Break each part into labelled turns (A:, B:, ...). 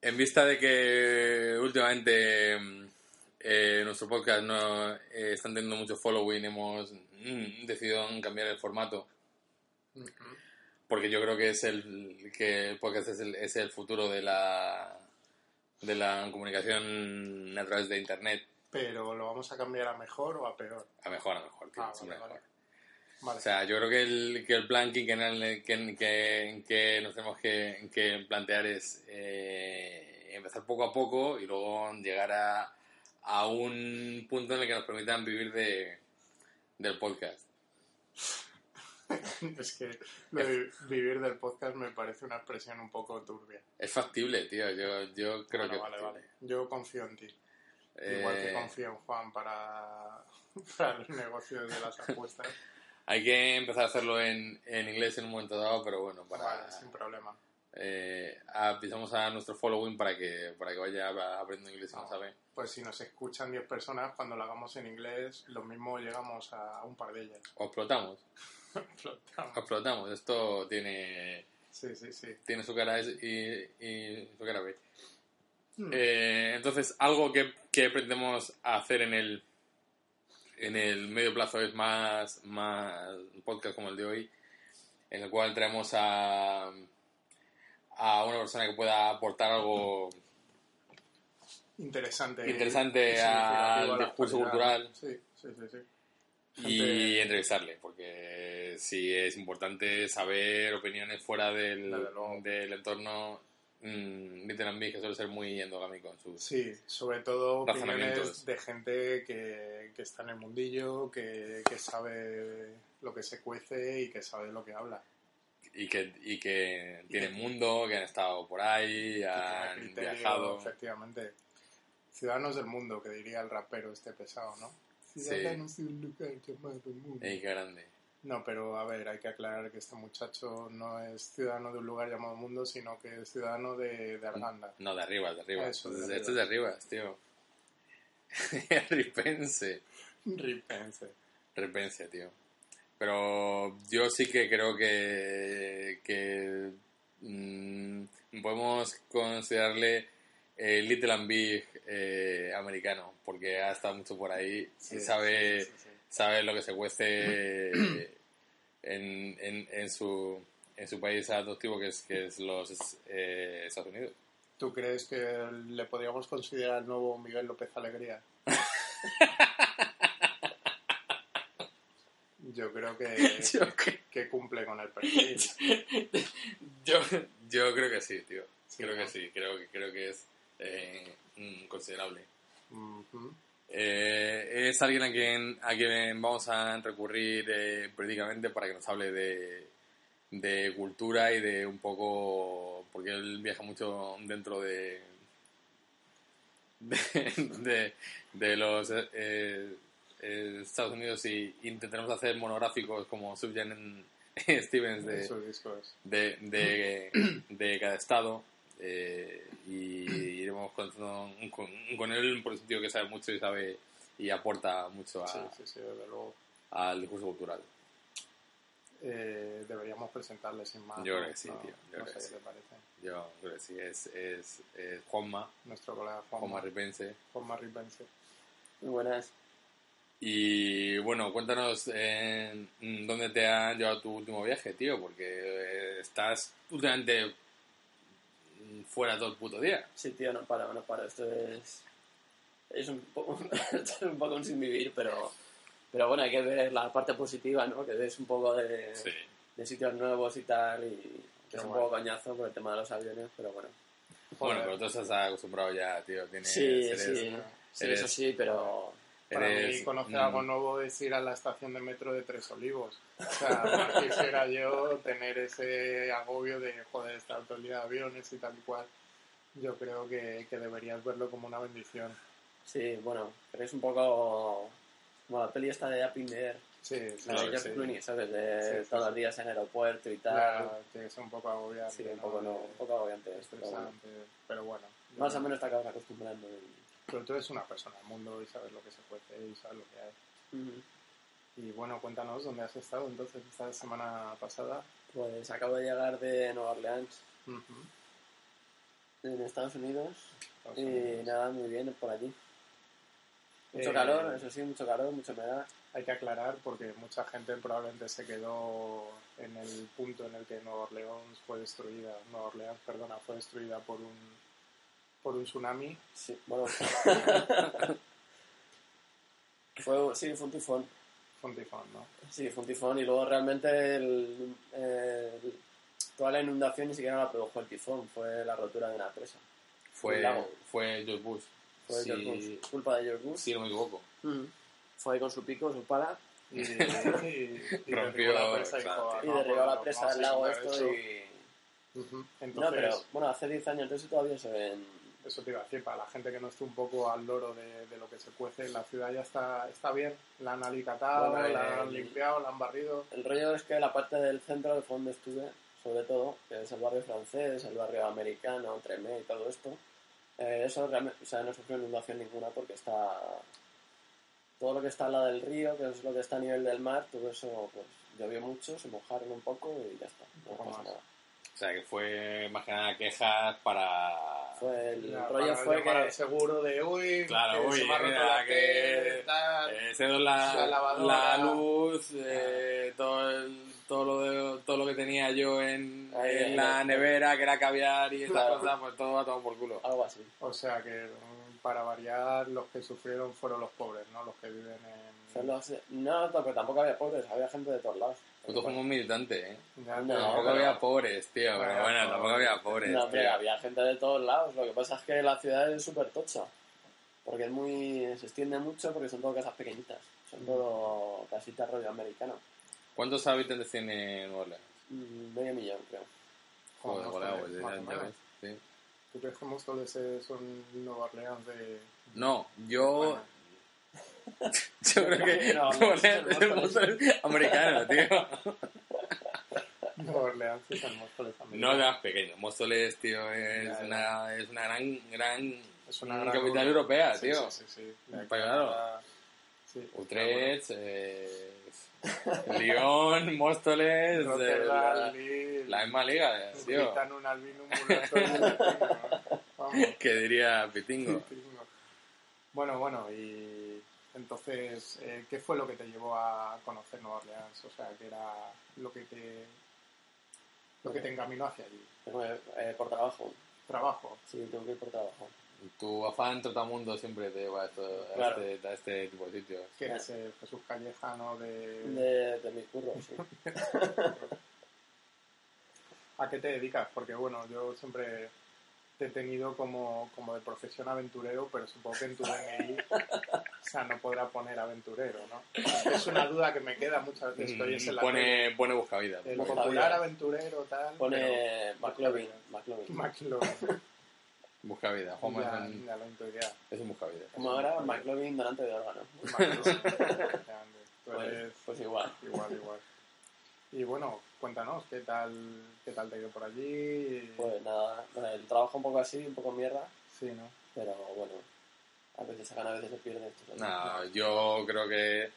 A: En vista de que últimamente eh, nuestro podcast no eh, están teniendo mucho following, hemos mm, decidido cambiar el formato. Porque yo creo que es el que el podcast es el, es el futuro de la de la comunicación a través de internet.
B: Pero lo vamos a cambiar a mejor o a peor.
A: A mejor, a mejor, tío,
B: Ah,
A: siempre a
B: vale,
A: mejor.
B: Vale.
A: O sea, yo creo que el, que el plan que, que, que- que nos tenemos que, que plantear es eh, empezar poco a poco y luego llegar a, a un punto en el que nos permitan vivir de, del podcast.
B: es que lo de vivir del podcast me parece una expresión un poco turbia.
A: Es factible, tío. Yo, yo creo
B: Bueno,
A: que.
B: vale, vale. Yo confío en ti.
A: Eh,
B: Igual que confío en Juan para, para el negocio de las apuestas.
A: Hay que empezar a hacerlo en, en inglés en un momento dado, pero bueno, para.
B: Vale, sin problema.
A: eh, avisamos a nuestro following para que, para que vaya aprendiendo inglés si no
B: Ah.
A: sabe.
B: Pues si nos escuchan 10 personas, cuando lo hagamos en inglés, lo mismo llegamos a un par de ellas.
A: O explotamos.
B: Flotamos.
A: Explotamos. Esto tiene.
B: Sí, sí, sí.
A: tiene su cara es- y, y su cara B.
B: Mm.
A: Eh, entonces, algo que, que pretendemos hacer en el en el medio plazo es más, más un podcast como el de hoy, en el cual traemos a, a una persona que pueda aportar algo
B: Interesante.
A: Interesante
B: y significativo
A: al
B: a la
A: discurso
B: actualidad.
A: cultural.
B: Sí, sí, sí. sí.
A: y
B: Gente-
A: entrevistarle, porque sí es importante saber opiniones fuera del,
B: Desde luego.
A: del entorno mm, Mittenland, que suele ser muy endogámico en sus
B: Sí, sobre todo
A: Razonamientos.
B: opiniones de gente que, que está en el mundillo, que, que sabe lo que se cuece y que sabe lo que habla.
A: y que, y que tienen mundo, que han estado por ahí,
B: Que
A: han
B: tiene criterio,
A: viajado.
B: Efectivamente. Ciudadanos del mundo, que diría el rapero este pesado, ¿no?
A: Sí.
B: Ciudadanos de un lugar llamado mundo.
A: Ey, qué grande.
B: No, pero a ver, hay que aclarar que este muchacho no es ciudadano de un lugar llamado mundo, sino que es ciudadano de, de Arganda.
A: No, de arriba, de arriba.
B: Eso, de
A: Este es de arriba, tío. Ripense.
B: Ripense.
A: Ripense, tío. Pero yo sí que creo que, que mm, podemos considerarle el Little and Big eh, americano, porque ha estado mucho por ahí y
B: Sí,
A: sabe...
B: sí, sí, sí.
A: sabe lo que se cuece en, en, en su, en su país adoptivo, que es, que es los eh, Estados Unidos.
B: ¿Tú crees que le podríamos considerar nuevo Miguel López Alegría? Yo creo que,
A: Yo, cre-
B: que cumple con el perfil.
A: yo, yo creo que sí, tío.
B: Sí,
A: Creo que
B: ¿no?
A: sí, creo que, creo que es eh, mm, considerable.
B: Ujú.
A: Eh, es alguien a quien, a quien vamos a recurrir eh, periódicamente para que nos hable de, de cultura y de un poco. porque él viaja mucho dentro de. de, de- de los eh, eh, Estados Unidos y intentaremos hacer monográficos como Subjan Stevens de,
B: Esos discos.
A: de, de, de cada estado eh, y iremos con, con, con él por el sentido que sabe mucho y sabe y aporta mucho a-
B: Sí, sí, sí, desde luego.
A: al discurso cultural.
B: Eh, deberíamos presentarle sin más.
A: Yo
B: ¿no?
A: creo que sí,
B: No,
A: tío, yo
B: no
A: creo
B: sé
A: que
B: qué
A: sí.
B: te parece.
A: Yo creo que sí, es, es, es Juanma,
B: Nuestro colega
A: Juanma
B: Juan,
A: Ripense.
B: Juan Marripense.
C: Muy buenas.
A: Y bueno, cuéntanos eh, dónde te ha llevado tu último viaje, tío, porque eh, estás últimamente fuera todo el puto día.
C: Sí, tío, no paro, no paro. Esto es. Es un, po- esto es un poco un sin vivir, pero. Pero bueno, hay que ver la parte positiva, ¿no? Que ves un poco de, de sitios nuevos y tal. Y que es un
B: guay.
C: poco coñazo por el tema de los aviones, pero bueno.
A: Bueno, pero tú estás acostumbrado ya, tío. Tienes,
C: Sí,
A: eres-
C: sí. Sí,
A: eres-
C: eso sí, pero.
B: Para
A: eres-
B: mí conocer
A: mm.
B: algo nuevo es ir a la estación de metro de Tres Olivos. O sea, no quisiera yo tener ese agobio de, joder, estar todo olía a aviones y tal y cual, yo creo que, que deberías verlo como una bendición.
C: Sí, bueno, pero es un poco como la peli esta de Up in the Air,
B: Sí, sí,
C: la de
A: Claro,
C: George
A: sí.
C: Clooney, ¿sabes? De
B: Sí, sí,
C: todos
B: sí.
C: los días en el aeropuerto y tal.
B: Claro, que es un poco agobiante.
C: sí, un poco, no, un poco agobiante. pero bueno.
B: Estresante, pero bueno. yo-
C: Más o menos te acabas acostumbrando. y-
B: Pero tú eres una persona del mundo y sabes lo que se puede y sabes lo que hay. Y bueno, cuéntanos dónde has estado entonces esta semana pasada.
C: Pues acabo de llegar de Nueva Orleans,
B: Ujú.
C: en Estados Unidos,
B: Estados
C: y
B: Unidos.
C: Eh, nada, muy bien por allí. Mucho
B: Eh,
C: calor, eso sí, mucho calor, mucha humedad.
B: Hay que aclarar porque mucha gente probablemente se quedó en el punto en el que Nueva Orleans fue destruida. Nueva Orleans, perdona, fue destruida por un por un tsunami.
C: Sí, bueno. fue, sí, fue un tifón.
B: Fue un tifón, ¿no?
C: Sí, fue un tifón y luego realmente el- el- toda la inundación ni siquiera la produjo el tifón, fue la rotura de una presa.
A: Fue,
C: Un lago.
A: fue George Bush.
C: Fue
A: si,
C: George Bush, culpa de George Bush.
A: si no me equivoco.
C: Ujú. Fue ahí con su pico, su pala,
B: Y, y- y
A: Rompió,
B: derribó la presa y
A: exacto.
B: dijo, "Ah,
C: y
B: no,
C: derribó
B: pues,
C: la
B: no,
C: presa
B: vamos
C: al
B: a
C: lago
B: inundar
C: esto
B: eso".
C: y...
B: Ujú.
C: No,
B: Entonces,
C: pero bueno, hace 10 años de eso todavía se ven...
B: Eso te iba a decir, para la gente que no esté un poco al loro de, de lo que se cuece, la ciudad ya está, está bien. La han alicatado,
C: Bueno,
B: la han
C: el-
B: limpiado, la han barrido.
C: El rollo es que la parte del centro, del fondo estuve, sobre todo, que es el barrio francés, el barrio americano, Tremé y todo esto, eh, eso realmente, o sea, no sufrió inundación ninguna porque está... Todo lo que está al lado del río, que es lo que está a nivel del mar, todo eso, pues, llovió mucho, se mojaron un poco y ya está. No
B: poco
C: pasa
B: más.
C: nada.
A: O sea, que fue más que nada quejas para...
C: Fue el
B: Ya,
C: rollo
B: para
C: fue
B: llamar
C: que...
B: al seguro de, uy,
A: Claro,
B: que se
A: uy,
B: me ha roto
A: mira,
B: la
A: que-
B: tele, tal.
A: Eh, se dio la,
B: La lavadora.
A: la luz, eh, todo, el- todo, lo de- todo lo que tenía yo en,
C: Ahí,
A: en
C: ahí,
A: la
C: ahí.
A: nevera, que era caviar y estas
C: Claro. Ah,
A: cosas, pues todo va tomado por culo.
C: Algo así.
B: O sea que, mm, para variar, los que sufrieron fueron los pobres, no los que viven en...
C: Son los- No, pero tampoco había pobres, había gente de todos lados.
A: Nosotros fuimos militantes, ¿eh?
B: Ya,
C: No,
A: Tampoco
C: pero-
A: había pobres, tío,
B: No,
A: pero bueno,
B: no.
A: tampoco había pobres,
C: No, hombre,
A: tío.
C: había gente de todos lados. Lo que pasa es que la ciudad es súper tocha. Porque es muy, se extiende mucho porque son todo casas pequeñitas. Son todo casitas rollo americano.
A: ¿Cuántos habitantes tiene Nueva Orleans?
C: Mm, Medio millón, creo.
B: Joder,
A: Joder, colega,
B: joder,
A: pues,
B: más
A: ya-
B: o
A: ya
B: menos.
A: ves, sí.
B: ¿Tú crees que muchos de ese son Nueva Orleans de...
A: No, yo...
B: Bueno.
A: Yo creo que
C: No,
A: Nueva
C: no, sí,
A: Orleans es
C: no,
A: el mundo americano, tío.
B: Nueva Orleans y San Móstoles también?
A: No, no, es pequeño. Móstoles, tío, es,
B: Ya, ya.
A: Una, es una gran, gran,
B: Es una gran
A: capital
B: urbe.
A: europea,
B: Sí,
A: tío.
B: Sí, sí, sí. De
A: Pero
B: acá-
A: claro.
B: Sí. Ah,
A: Utrecht, eh, Lyon, Móstoles, eh, la,
B: Rotterdam, Lille,
A: la misma liga, eh, tío.
B: Sultan, un albino, un mulato y un latino, ¿no? Vamos.
A: Que diría Pitingo.
B: Pitingo. Bueno, bueno, y entonces, eh, ¿qué fue lo que te llevó a conocer Nueva Orleans? O sea, ¿qué era lo que te, lo que te encaminó hacia allí?
C: Tengo que- eh, por trabajo.
B: Trabajo.
C: Sí, tengo que ir por trabajo.
A: Tu afán trotamundo siempre te lleva a, esto- a
C: Claro.
A: este, a este tipo de sitios.
B: que
C: Ah.
B: es eh, Jesús Callejano de...
C: De, de mi curro, sí.
B: ¿A qué te dedicas? Porque bueno, yo siempre te he tenido como, como de profesión aventurero, pero supongo que en tu DNI, o sea, no podrá poner aventurero, ¿no? Es una duda que me queda muchas veces. que oyes en
A: Mm,
B: la tele.
A: Pone, pone buscavida.
B: El
C: Busca
B: popular
C: vida.
B: aventurero, tal. pero-
C: Pone McLovin. McLovin.
B: McLovin.
A: Buscavida. Juanma es
B: ya,
A: un,
B: ya lo intuía.
A: es un buscavida.
C: Como ahora, McLovin delante de órgano.
B: McLovin, efectivamente. Tú
C: Pues,
B: eres
C: pues igual.
B: igual, igual. Y bueno, cuéntanos, ¿qué tal, qué tal te ha ido por allí?
C: Pues nada, bueno, el trabajo un poco así, un poco mierda.
B: Sí, ¿no?
C: Pero bueno, a veces se gana, a veces se pierde. esto es así.
A: No, yo creo que,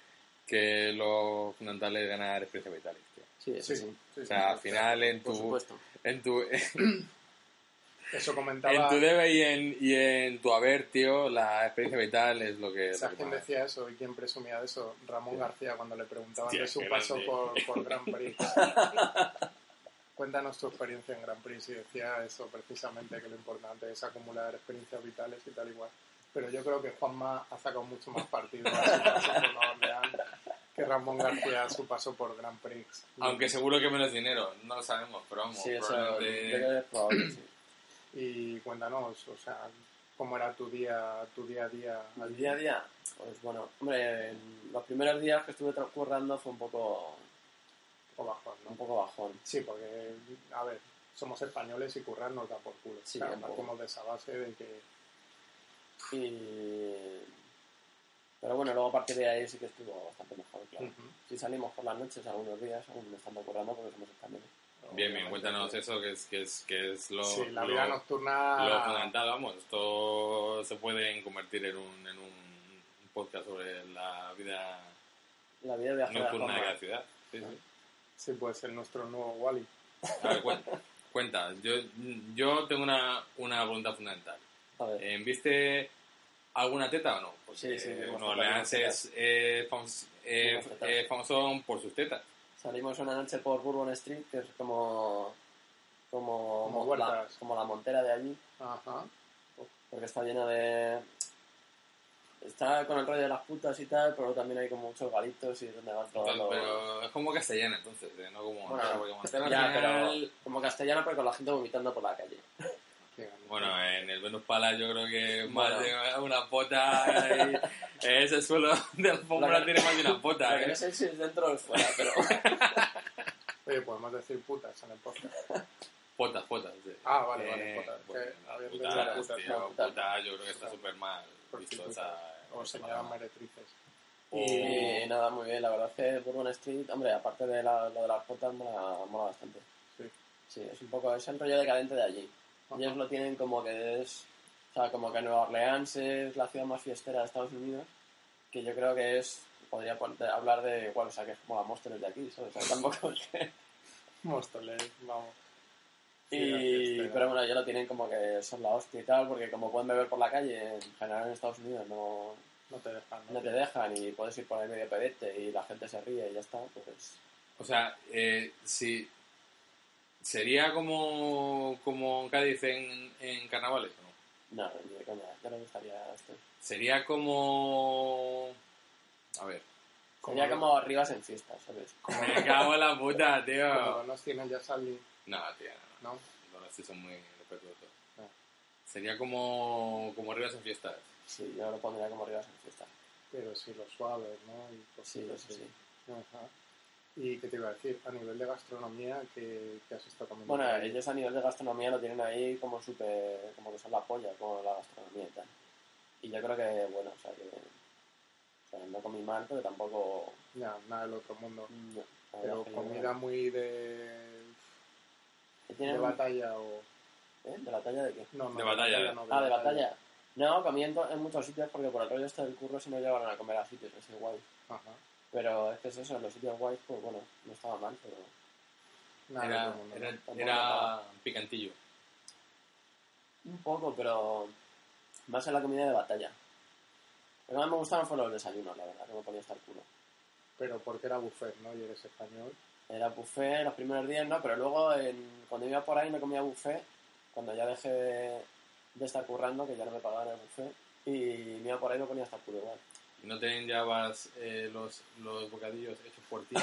A: que lo fundamental es ganar experiencia vital. tío.
C: Sí, eso sí.
B: sí,
A: O sea, al
B: sí.
A: final en
C: Por
A: tu,
C: supuesto.
A: en tu,
B: Eso
A: en
B: comentaba...
A: tu debe y en, y en tu haber, tío, la experiencia vital es lo que...
B: ¿Sabes
A: lo que
B: quién
A: más-
B: decía eso y quién presumía de eso? Ramón García, cuando le preguntaban
A: Hostia,
B: de su
A: qué
B: paso
A: grande.
B: por, por Grand Prix. Cuéntanos tu experiencia en Grand Prix y decía eso precisamente, que lo importante es acumular experiencias vitales y tal igual. Pero yo creo que Juanma ha sacado mucho más partido a su paso por Nueva Orleans que Ramón García a su paso por Grand Prix.
A: Aunque seguro que menos dinero, no lo sabemos, pero vamos,
C: Sí, eso yo
A: probablemente-
C: creo que es probable, sí.
B: Y cuéntanos, o sea, cómo era tu día, tu día a día.
C: Al día a día, pues bueno, hombre, en los primeros días que estuve tra- currando fue un poco,
B: o bajón,
C: un
B: ¿no?
C: poco bajón.
B: Sí, porque, a ver, somos españoles y currar nos da por culo.
C: Sí,
B: claro,
C: un poco.
B: partimos de esa base de que
C: Y... Pero bueno, luego a partir de ahí sí que estuvo bastante mejor, claro.
B: Ujú.
C: Sí salimos por las noches algunos días, aún no estamos currando porque somos españoles.
A: Bien, bien,
B: obviamente,
A: cuéntanos
B: que-
A: eso, que es, que es, que es lo,
B: Sí, la
A: lo-
B: vida nocturna.
A: lo fundamental, vamos. Esto se puede convertir en un, en un podcast sobre la vida
C: La vida viajera
A: nocturna de
C: forma-
A: cada ciudad. Sí, sí.
B: Sí, puede ser nuestro nuevo Wally.
A: A ver, cuen- cuenta, yo, yo tengo una, una pregunta fundamental.
C: A ver,
A: Eh, ¿Viste alguna teta o no?
C: Sí, sí,
A: eh,
C: vimos
A: Nueva
C: tetas,
A: Orleans
C: vimos
A: es eh, famos- eh,
C: Vimos tetas.
A: eh, famosón por sus tetas.
C: salimos una noche por Bourbon Street, que es como... Como,
B: Como
C: la-
B: huertas.
C: como la montera de allí,
B: Ajá.
C: porque está llena de... Está con el rollo de las putas y tal, pero también hay como muchos galitos y es donde vas probando...
A: Pero es como castellana, entonces, eh, no como...
C: Bueno,
A: claro, porque Montana al
C: ya,
A: final-
C: pero como castellana, pero con la gente vomitando por la calle.
A: Bueno, en el Venus Palace yo creo que
C: Bueno.
A: más de una pota. ahí. ese suelo de alfombra
C: Lo que-
A: tiene más de una
C: Lo
A: pota.
C: que
A: ¿eh?
C: no sé si es dentro o es fuera, pero...
B: Oye, podemos decir putas en el podcast.
A: Potas, potas. sí.
B: Ah, vale, vale,
A: Eh,
B: potas, que
A: bueno,
B: había entendido
A: putas,
B: putas,
A: tío,
C: no,
A: putas,
C: putas.
A: yo creo que está súper mal visto
B: Prostitutas.
A: esa...
B: O
A: esa
B: señoras
A: palabra.
B: meretrices. Eh,
C: Y nada, muy bien, la verdad es que Bourbon Street, hombre, aparte de la- lo de las puertas, mola, mola bastante.
B: Sí.
C: Sí, es un poco, es el rollo decadente de allí.
B: Ajá.
C: Ellos lo tienen como que es, o sea, como que Nueva Orleans es la ciudad más fiestera de Estados Unidos, que yo creo que es, podría pon- de- hablar de, igual, o sea, que es como la Monster de aquí, ¿sabes? O sea, tampoco es que-
B: Móstoles, vamos. Sí, la
C: Y,
B: fiestera.
C: pero bueno, ellos lo tienen como que son la hostia y tal, porque como pueden beber por la calle, en general en Estados Unidos no,
B: No te dejan, ¿no?
C: no te dejan y puedes ir por ahí medio pedete y la gente se ríe y ya está, pues...
A: O sea, eh, si... ¿Sería como, como Cádiz en, en carnavales o no?
C: No, ni de coña, ya le gustaría esto.
A: Sería como... A ver.
C: Sería como arribas en fiestas, ¿sabes?
A: Me cago en la puta,
B: Como
A: tío.
B: nos tienen ya Sally,
A: No, tío, no, no.
B: ¿no?
A: Ahora sí son muy respetuosos.
B: Ah.
A: Sería como, como Rivas en fiestas.
C: Sí, yo lo pondría como arribas en fiestas.
B: Pero sí, los suaves, ¿no? Y
C: Sí,
B: cositas
C: sí, sí.
B: así. Ajá. ¿Y qué te iba a decir? A nivel de gastronomía, ¿qué, qué has estado comiendo?
C: Bueno, ellos a nivel de gastronomía lo tienen ahí como súper... como que son la polla con la gastronomía y tal. Y yo creo que, bueno, o sea, que... O sea, no comí mal, pero tampoco...
B: Ya, nada del otro mundo.
C: no, la verdad
B: Pero
C: es que yo-
B: comida muy de,
C: ¿Que
B: de
C: tienen-
B: batalla o...
C: ¿Eh? ¿De batalla de qué?
B: No, no,
A: De batalla.
B: no,
C: Ah, de batalla. No, comí en, to- en muchos sitios porque por el rollo este del curro si no llevaron a comer a sitios, es igual.
B: Ajá.
C: Pero es que es eso, en los sitios guays, pues bueno, no estaba mal, pero...
B: Nada del
A: Era,
B: otro mundo.
A: era,
C: Tampoco
A: era picantillo.
C: Un poco, pero más en la comida de batalla. Lo que más me gustaron fueron los desayunos, la verdad, que me ponía hasta el culo.
B: Pero porque era buffet, ¿no? Y eres español.
C: Era buffet los primeros días, no, pero luego en- cuando iba por ahí me comía buffet, cuando ya dejé de, de estar currando, que ya no me pagaban el buffet, y me iba por ahí y me ponía hasta el culo igual.
A: Y no te enviabas eh, los, los bocadillos hechos por ti,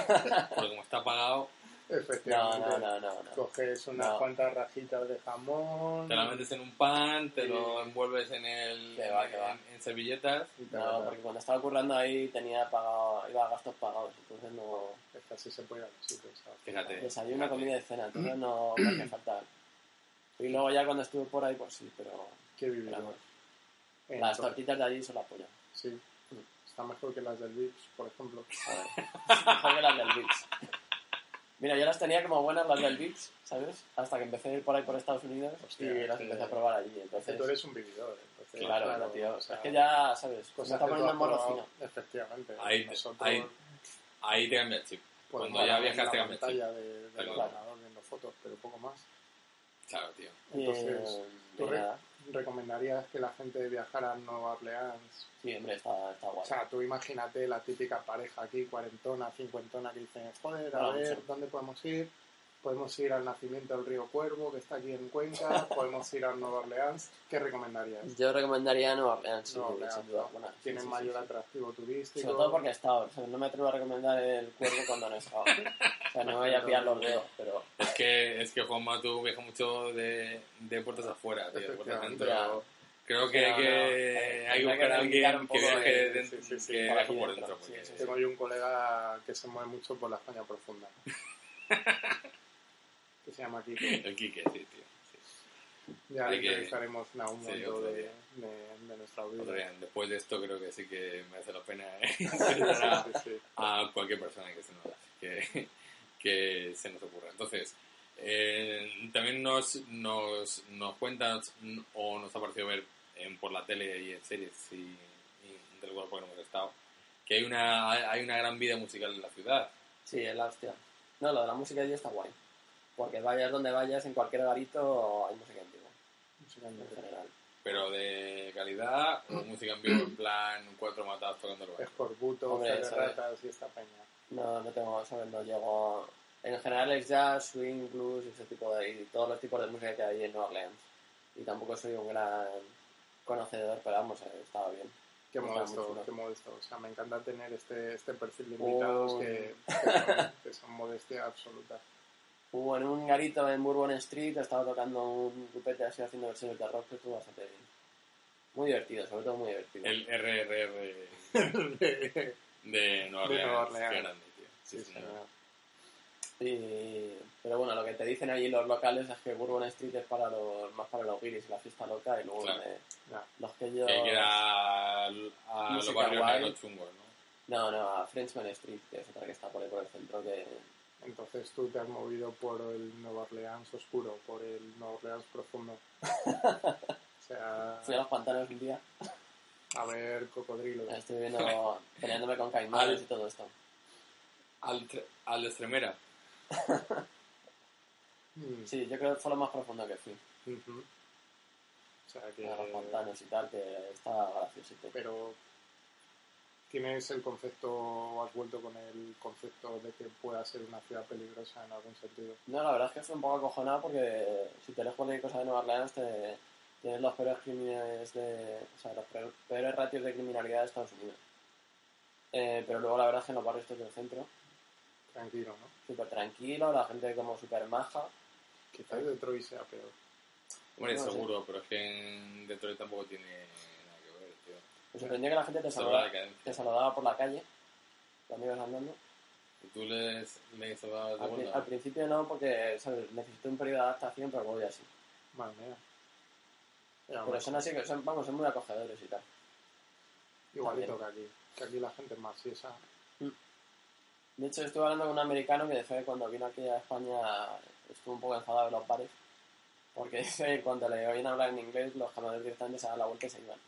A: porque como está pagado,
C: No,
B: Efectivamente.
C: no, no, no, no.
B: Coges unas
C: No.
B: cuantas rajitas de jamón.
A: te la metes en un pan, te lo envuelves en el
C: Que va, que va.
A: En, en servilletas.
B: y te
C: No,
B: la-
C: porque cuando estaba currando ahí tenía pagado, iba a gastos pagados, entonces no...
B: Esta sí se puede ir a los sitios, ¿sabes?
A: Fíjate.
C: Desayuno,
A: fíjate.
C: Pues comida y cena, entonces no me hacía falta. Y luego ya cuando estuve por ahí, pues sí, pero...
B: Qué
C: pero
B: vividor.
C: vamos,
B: En
C: Las
B: to-
C: tortitas de allí son la polla.
B: Sí. Está mejor que las del Vips, por ejemplo.
C: A ver, mejor que las del Beats. Mira, yo las tenía como buenas las del Beats, ¿sabes? Hasta que empecé a ir por ahí por Estados Unidos
B: Hostia,
C: y las
B: que-
C: empecé a probar allí.
B: Que
C: Entonces,
B: tú eres un vividor, entonces...
C: claro,
B: claro,
C: tío.
B: o sea,
C: es que ya, ¿sabes? Pues Me
B: cosas que
C: está
B: tú
C: poniendo
B: has
C: en mono
B: probado,
C: fino.
B: Efectivamente.
A: Ahí-
B: Nosotros
A: ahí- Ahí te cambia el chip.
C: Pues
B: podemos
A: Cuando ya
B: ver
A: viajas, te cambia
B: la
A: el chip.
B: pantalla de- del
A: Claro.
B: ordenador viendo fotos, pero poco más.
A: Claro, tío.
C: Y,
B: Entonces,
C: y
B: ¿tú
C: nada.
B: recomendarías que la gente viajara a Nueva Orleans
C: Sí, hombre, está, está guay.
B: O sea, tú imagínate la típica pareja aquí, cuarentona, cincuentona, que dicen, joder, a
C: Ah,
B: ver,
C: sí.
B: ¿dónde podemos ir? Podemos ir al nacimiento del río Cuervo, que está aquí en Cuenca, podemos ir a Nueva Orleans. ¿qué recomendarías?
C: yo recomendaría Nueva Orleans, sí,
B: Nueva Orleans,
C: sin duda
B: ¿no?
C: alguna. Sí,
B: Tienen
C: sí, sí,
B: mayor
C: sí.
B: atractivo turístico.
C: Sobre todo porque he estado. o sea, no me atrevo a recomendar el cuervo cuando no he estado. O sea, no voy a pillar los dedos, pero...
A: Es que, es que Juanma, tú viajas mucho de, de puertas afuera, tío, de puertas
B: Efectivamente.
A: dentro.
C: Ya.
A: Creo que,
C: Sí, no,
A: que
C: no.
A: hay que
C: Hay que
A: buscar a
C: reivindicar un
A: alguien que
C: poco
A: viaje,
C: el-
A: dentro-
B: sí, sí, sí,
A: que
C: por
A: viaje
C: aquí
A: por
C: dentro,
A: dentro.
C: sí,
A: porque-
C: sí, sí.
B: Tengo yo un colega que se mueve mucho por la España profunda. que se llama Kiko.
A: El Quique, sí, tío.
B: Ya
A: Hay
B: le
A: que-
B: entrevistaremos en algún
A: sí,
B: momento
A: otro
B: de,
A: día.
B: de- de nuestra
A: Otro
B: audiencia.
A: día, después de esto creo que sí que merece la pena
B: Sí,
A: entrevistar
B: sí, sí.
A: a, a cualquier persona que se nos, que, que se nos ocurra. Entonces, eh, también nos, nos, nos cuentas mm, o nos ha parecido ver en- por la tele y en series y, y del cuerpo que no hemos estado que hay una, hay una gran vida musical en la ciudad.
C: Sí, es la hostia. No, lo de la música allí está guay. Porque vayas donde vayas, en cualquier garito hay música en vivo, en general.
A: Pero de calidad, o música en vivo en plan cuatro matados tocando el bajo.
B: Escorbuto,
C: Hombre, eso
B: ratas y esta peña.
C: No, no tengo, ¿sabes? No llego... En general es jazz, swing, blues y ese tipo de... y todos los tipos de música que hay en New Orleans. Y tampoco soy un gran conocedor, pero vamos, eh, estaba bien.
B: Qué
C: Está muy
B: modesto,
C: chulo.
B: qué modesto. O sea, me encanta tener este, este perfil de invitados
C: Oh.
B: que, que son, que son modestia absoluta.
C: Hubo en un garito en Bourbon Street, estaba tocando un grupete así haciendo versiones de rock que estuvo bastante bien. Muy divertido, sobre todo muy divertido.
A: El RRR.
B: sí,
A: De Nueva Orleans.
B: De Nueva Orleans.
A: Qué grande, tío. Sí,
B: sí.
A: señor.
C: Y- Eh, pero bueno, lo que te dicen allí los locales es que Bourbon Street es para los, más para los guiris, la fiesta loca, y luego
A: Claro.
C: eh,
B: Ya.
C: los que yo...
A: Que queda al- a los
C: Música
A: barrios
C: guay.
A: de los chungos, ¿no?
C: No, no, a Frenchman Street, que es otra que está por ahí por el centro, que
B: Entonces tú te has movido por el Nueva Orleans oscuro, por el Nueva Orleans profundo. O sea,
C: fui a los pantanos un día,
B: a ver cocodrilos.
C: estuve viendo, peleándome con caimanes y todo esto.
A: Al, tre- al de Extremera.
B: Mm,
C: Sí, yo creo que fue lo más profundo que fui,
B: ujú. O sea que...
C: a los pantanos y tal, que estaba graciosito.
B: pero tienes el concepto o has vuelto con el concepto de que pueda ser una ciudad peligrosa en algún sentido.
C: No, la verdad es que estoy un poco acojonado porque si te lees cualquier cosa de Nueva Orleans te, tienes los peores crímenes de... O sea, los peor- peores ratios de criminalidad de Estados Unidos. Eh, pero luego la verdad es que en los barrios estos del centro,
B: Tranquilo, ¿no?
C: súper tranquilo, la gente como súper maja.
B: Quizás Detroit sea peor.
A: Hombre,
C: No, sí.
A: seguro, pero es que en Detroit tampoco tiene nada que ver, tío.
C: Me sorprendió que la gente te
A: Solo la
C: saludaba,
A: decadencia.
C: te saludaba por la calle, cuando ibas andando.
A: ¿Y tú les, les saludabas de
C: Al, pri-
A: vuelta?
C: al principio no, porque ¿sabes? necesité un periodo de adaptación, pero voy así.
B: Madre mía. Era
C: Pero
B: más-
C: son así, que son, vamos, son muy acogedores y tal.
B: igualito que aquí. Que aquí la gente es más siesa.
C: De hecho, estuve hablando con un americano que decía que cuando vino aquí a España estuvo un poco enfadado de los bares, porque dice que cuando le oían hablar en inglés, los camareros directamente se daban la vuelta y se iban.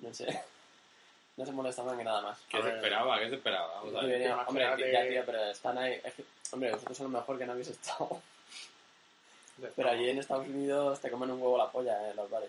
C: No sé, no se molestaban ni nada más.
A: ¿Qué
B: A
A: se
B: ver.
A: esperaba? ¿Qué se esperaba? Vamos a
C: Y
A: ver.
C: venía, hombre,
B: imagínate-
C: ya tío, pero están ahí. es que, hombre, vosotros son lo mejor que no habéis estado.
B: De-
C: Pero
B: no,
C: allí en Estados Unidos te comen un huevo la polla en los bares,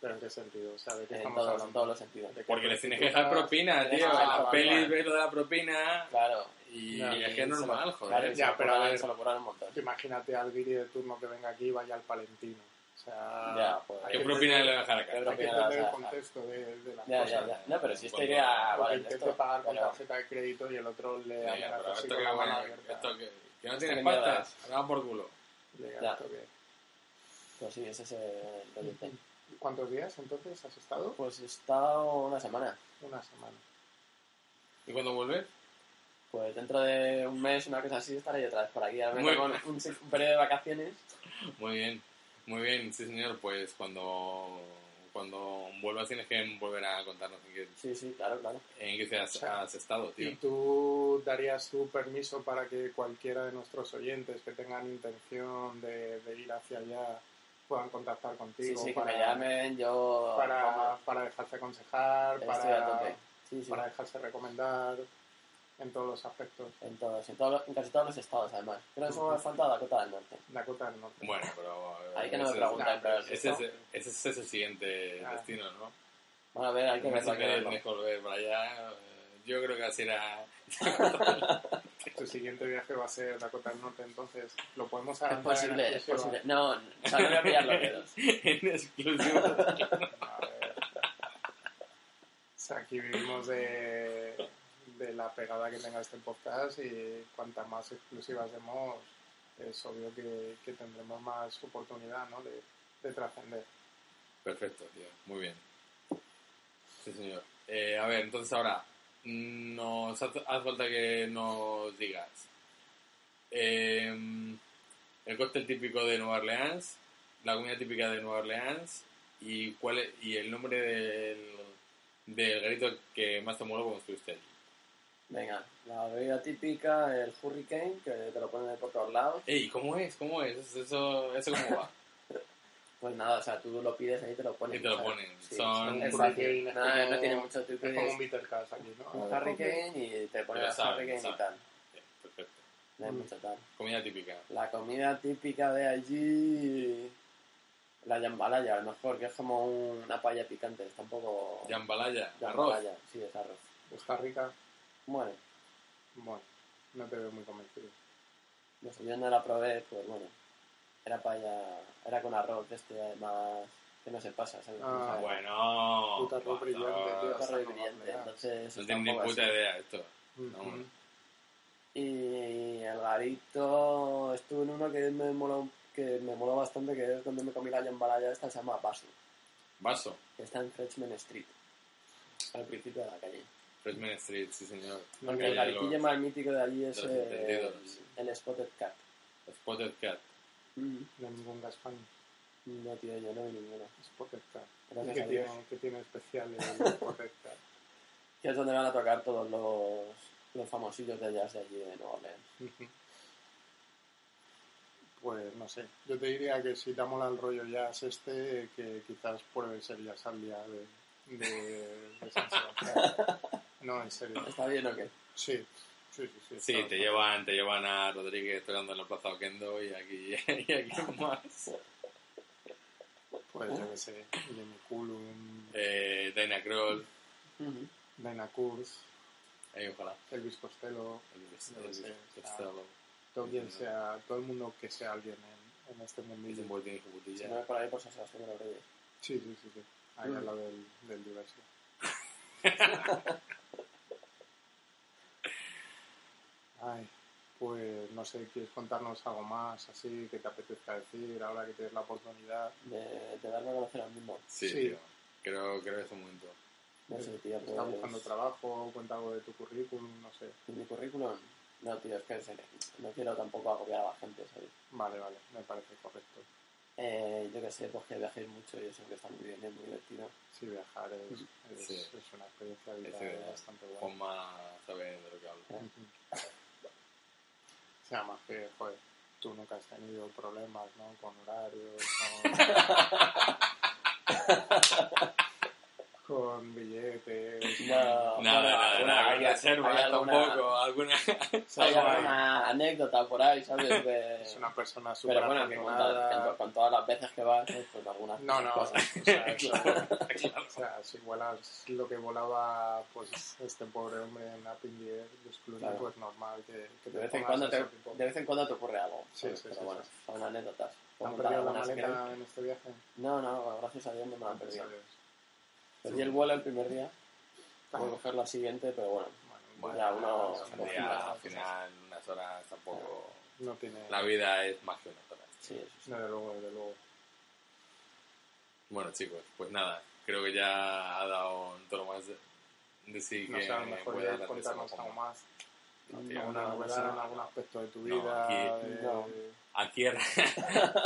B: ¿Pero en qué sentido? O sea, ¿de qué
C: en
B: estamos
C: todos, en todos
B: hablando?
C: los sentidos.
B: ¿De qué
A: Porque les tienes que
B: prostitutas?
A: dejar propina,
C: Tienes
A: tío.
C: que dejar
A: Las
C: propina.
A: pelis ves lo de la propina.
C: Claro,
A: Y
B: Ya,
A: es
B: y
A: que es
C: se lo-
A: normal,
C: claro,
A: joder.
B: Ya,
C: y se lo
B: pero a
C: curran-
B: ver.
C: se lo curran un montón.
B: Imagínate al guiri de turno que venga aquí y vaya al palentino. O sea...
C: Ya, pues.
B: hay
A: ¿Qué
B: que
A: propina le voy
B: entender-
A: a dejar acá?
C: Qué
B: Hay que
C: propina le vas a
B: entender el
C: dejar?
B: contexto de, de las
C: Ya,
B: cosas.
C: ya, ya. No, pero si esto
A: Cuando-
C: iría a
B: Porque
C: bares de
B: intento
C: Ah, esto,
B: pagar con
C: pero-
B: tarjeta de crédito y el otro le
A: Venga, pero
B: amenaza así
A: esto
B: con
A: que,
B: la mano
A: bueno,
B: abierta.
A: esto que, que no
C: Esto
A: tienes
C: que
A: pasta,
C: mierdas.
A: ahora por culo.
B: Llega
C: Ya.
B: esto que-
C: Pues sí, ese es el rollo.
B: ¿Cuántos días entonces has estado?
C: Pues he estado una semana.
B: Una semana.
A: ¿Y cuando vuelves?
C: Pues dentro de un mes, una cosa así, estaré yo otra vez por aquí. Ahora me
A: Muy
C: tomo un, un periodo de vacaciones.
A: Muy bien, muy bien, sí señor, pues cuando, cuando vuelvas tienes que volver a contarnos en qué,
C: Sí, sí, claro, claro.
A: en qué te has,
B: Sí.
A: has estado, tío.
B: ¿Y tú darías tu permiso para que cualquiera de nuestros oyentes que tengan intención de, de ir hacia allá puedan contactar
C: Sí,
B: contigo
C: sí, que
B: para,
C: me llamen, yo...
B: para,
C: vamos,
B: para dejarse aconsejar,
C: estoy a tope.
B: para,
C: Sí, sí.
B: para dejarse recomendar en todos los aspectos?
C: En todos, en, todos los- en casi todos los estados, además. Creo que solo me
B: Ujú.
C: falta Dakota del Norte.
B: Dakota del Norte.
A: Bueno, pero...
C: Ahí que no
A: ese
C: me
A: es-
C: preguntan,
B: nah,
C: pero...
B: ese
A: Ese
C: Ese
A: es, ese, es, el siguiente
B: Ah.
A: destino, ¿no?
C: Bueno, a ver, hay que
A: Me
C: ver
A: dicen
C: para
A: que
C: qué verlo.
A: tienes que volver para allá. eh, Yo creo que así era...
B: Tu Este siguiente viaje va a ser Dakota del Norte, entonces lo podemos
C: Es
B: adelantar en
C: posible, es
B: exclusiva?
C: posible. No, no, o sea, no voy a pillar los dedos.
A: en exclusiva.
B: A ver. O sea, aquí vivimos de, de la pegada que tenga este podcast y cuantas más exclusivas demos, es obvio que, que tendremos más oportunidad ¿no? de, de trascender.
A: Perfecto, tío. Muy bien. Sí, señor. Eh, a ver, entonces ahora, mm, nos hace hace falta que nos digas. em, el cóctel típico de Nueva Orleans, la comida típica de Nueva Orleans y cuál es- y el nombre del, del garito que más te moló cuando estuviste allí.
C: Venga, la bebida típica, el hurricane, que te lo ponen por todos lados.
A: Ey, ¿cómo es? ¿Cómo es? ¿Eso, eso, eso cómo va?
C: Pues nada, o sea, tú lo pides ahí y te lo ponen.
A: Y te lo
C: o sea,
A: ponen.
C: sí,
A: Son-
C: es
B: Hurricane,
C: fácil.
B: es
C: No,
B: como-
C: no tiene mucho truco.
B: Es como
C: es
B: un bitter cast aquí, ¿no?
C: un hurricane y te ponen
A: Ya
C: el
A: saben,
C: hurricane
A: saben.
C: y tal.
A: Perfecto.
C: No hay mucho tal.
A: Comida típica.
C: La comida típica de allí... La jambalaya, a lo mejor, que es como una paella picante. Está un poco...
A: Jambalaya, arroz.
C: Jambalaya, Sí, es arroz.
B: Está rica.
C: Bueno,
B: Bueno, no te veo muy convencido.
C: no sé, yo no la probé, pues bueno. Era paella... Era con arroz, este, además... Que no se pasa, ¿sabes?
B: Ah,
C: O sea,
A: Bueno.
B: Puta arroz
A: basta.
B: brillante, tío.
C: arroz
B: no,
C: brillante,
B: no, no.
C: entonces...
A: No
C: está un
A: tengo ni
C: poco
A: puta
C: así.
A: idea de esto.
B: Ujú.
A: no.
C: Y el garito estuve en uno que me moló, que me moló bastante, que es donde me comí la jambalaya esta, se llama Basu,
A: Vaso.
C: que está en Frenchman Street, al principio de la calle.
A: Freshman Street, sí señor.
C: Porque
A: Calle
C: el
A: de
C: garitillo
A: los-
C: más mítico de allí es
A: los
C: eh,
A: entendidos.
C: el Spotted Cat. Mm.
A: Spotted Cat.
B: No hay ningún gaspan.
C: No, tío, yo no vi ninguno.
B: Es potecta.
C: Gracias
B: ¿Qué
C: a Dios.
B: tiene, qué tiene especial el potecta?
C: Que es donde van a tocar todos los, los famosillos de jazz de allí de Nueva Orleans.
B: Ujú. Pues no sé, yo te diría que si te mola el rollo jazz este, que quizás pruebes el jazz al día de, de, de San Sebastián. No, en serio.
C: ¿Está bien o qué?
B: Sí, sí, sí. Sí,
A: Sí,
B: está-
A: te llevan, te llevan a Rodríguez esperando en la plaza Oquendo y aquí, y aquí más.
B: Pues yo qué sé, Jimmy Cullum,
A: Eh, Dana Kroll,
C: Ujú.
A: Mm-hmm.
B: Dana Kurz,
A: ahí ojalá.
B: Elvis Costello,
A: Elvis-
B: No lo
A: Elvis
B: sé, o
C: Ah.
B: sea,
A: Costello,
B: todo, quien
A: No.
B: sea, todo el mundo que sea alguien en, en este
A: que se
B: mundillo.
A: envuelve en su
C: Si
A: botella.
C: no es por ahí, por San Sebastián de los Reyes.
B: Sí, sí, sí, sí. Ahí
C: Mm.
B: al lado del, del diverso. Ay, pues no sé, ¿quieres contarnos algo más así que te apetezca decir ahora que tienes la oportunidad?
C: De, de darme a conocer al mundo.
A: Sí,
B: Sí.
A: tío. Creo, creo que es un momento.
C: No sé, tío,
B: ¿Estás
C: pues-
B: buscando trabajo? Cuenta algo de tu currículum, no sé.
C: ¿Y mi currículum? No, tío, es que en serio, no quiero tampoco agobiar a la gente, ¿sabes?
B: Vale, vale, me parece correcto.
C: Eh, yo que sé, pues que viajéis mucho y eso que está muy bien, es muy divertido.
B: Sí, viajar es, es,
A: Sí.
B: es una experiencia de vida
A: Ese de-
B: bastante buena.
A: Juanma sabe de lo que hablo.
B: Ujú. O sea, más que, joder, tú nunca has tenido problemas, ¿no? Con horarios, con... con billetes...
A: Nada,
C: No,
A: nada, nada,
C: Ah, hay-
A: con reserva
C: hay alguna-
A: tampoco. Alguna...
B: o sea,
C: Hay
B: guay.
C: alguna anécdota por ahí, ¿sabes? De-
B: Es una persona súper
C: Pero bueno, que con, tal-
B: afortunada.
C: que con todas las veces que vas, pues, pues algunas
B: No, no, o
C: cosas.
B: sea, eso-
A: Claro.
B: o sea, si vuelas lo que volaba pues este pobre hombre en Appin 10 de Sclooge,
C: Claro.
B: pues normal que, que
C: De vez, en
B: pongas
C: cuando te,
B: ese tipo.
C: de vez en cuando te ocurre algo.
B: Sí,
C: ¿sabes?
B: sí,
C: Pero
B: sí,
C: bueno,
B: sí.
C: son anécdotas.
B: ¿Te han
C: Puedo contar
B: perdido la
C: algunas si queréis.
B: maleta en este viaje? Pues,
C: No, no, gracias a Dios no me la han perdido.
B: Adiós.
C: Perdí el vuelo el primer día, voy a
B: Bueno,
C: coger la siguiente, pero bueno,
B: bueno,
C: Ya, uno-
A: Un día, al final,
C: pues.
A: unas horas tampoco.
B: No tiene.
A: La vida es más que unas horas.
C: sí, eso sí.
B: Desde luego, desde luego.
A: Bueno, chicos, pues nada. Creo que ya ha dado un tono más de, de sí
B: No
A: que
B: sé, a lo
A: me
B: mejor
A: puede
B: ya
A: dar
B: contarnos
A: la
B: algo
A: atención.
B: más.
A: No, tío,
C: No,
B: Alguna
C: no, no sé.
B: novedad en algún aspecto de tu
A: No,
B: vida. eh,
A: aquí-
B: de-
C: No.
A: Aquí,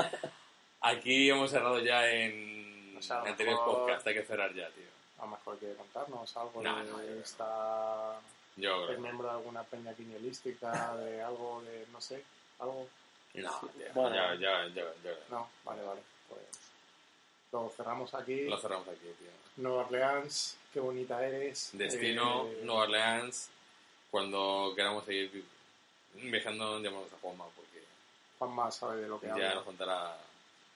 A: aquí hemos cerrado ya en
B: O sea, a lo
A: anteriores
B: mejor-
A: podcast. Hay que cerrar ya, tío.
B: A lo mejor quiere contarnos algo
A: No,
B: de
A: no, yo-
B: esta.
A: Yo
B: Es
A: creo.
B: miembro de alguna peña quinielística, de algo de. No sé, algo.
A: No, tío.
C: Bueno.
A: ya, ya, ya, ya.
B: No, vale, vale. Pues. Lo cerramos aquí.
A: Lo cerramos aquí, tío.
B: Nueva Orleans, qué bonita eres.
A: Destino,
B: Eh,
A: Nueva Orleans. Cuando queramos seguir vi- viajando, llamamos a Juanma porque
B: Juanma sabe de lo que
A: ya nos
B: habla.
A: contará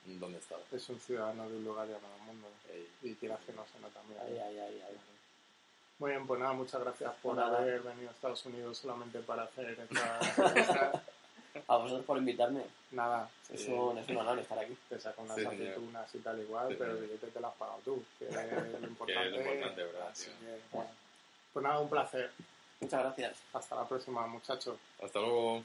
A: dónde estaba.
B: Es un ciudadano de un lugar llamado mundo.
A: Ey.
B: Y quieras que no se nota mira.
C: Ahí, ahí, ahí, ahí.
B: Muy bien, pues nada, muchas gracias por
C: Nada.
B: haber venido a Estados Unidos solamente para hacer esta entrevista.
C: A vosotros por invitarme.
B: nada,
C: Es,
B: sí,
C: un, es un honor estar aquí.
B: te saco unas
A: Sí, señor.
B: aceitunas y tal igual,
A: Sí,
B: pero el
A: señor.
B: billete te lo has pagado tú, que es lo importante.
A: importante, ¿verdad,
B: Así
A: tío?
B: que, bueno. Pues nada, un placer.
C: Muchas gracias.
B: Hasta la próxima, muchachos.
A: Hasta luego.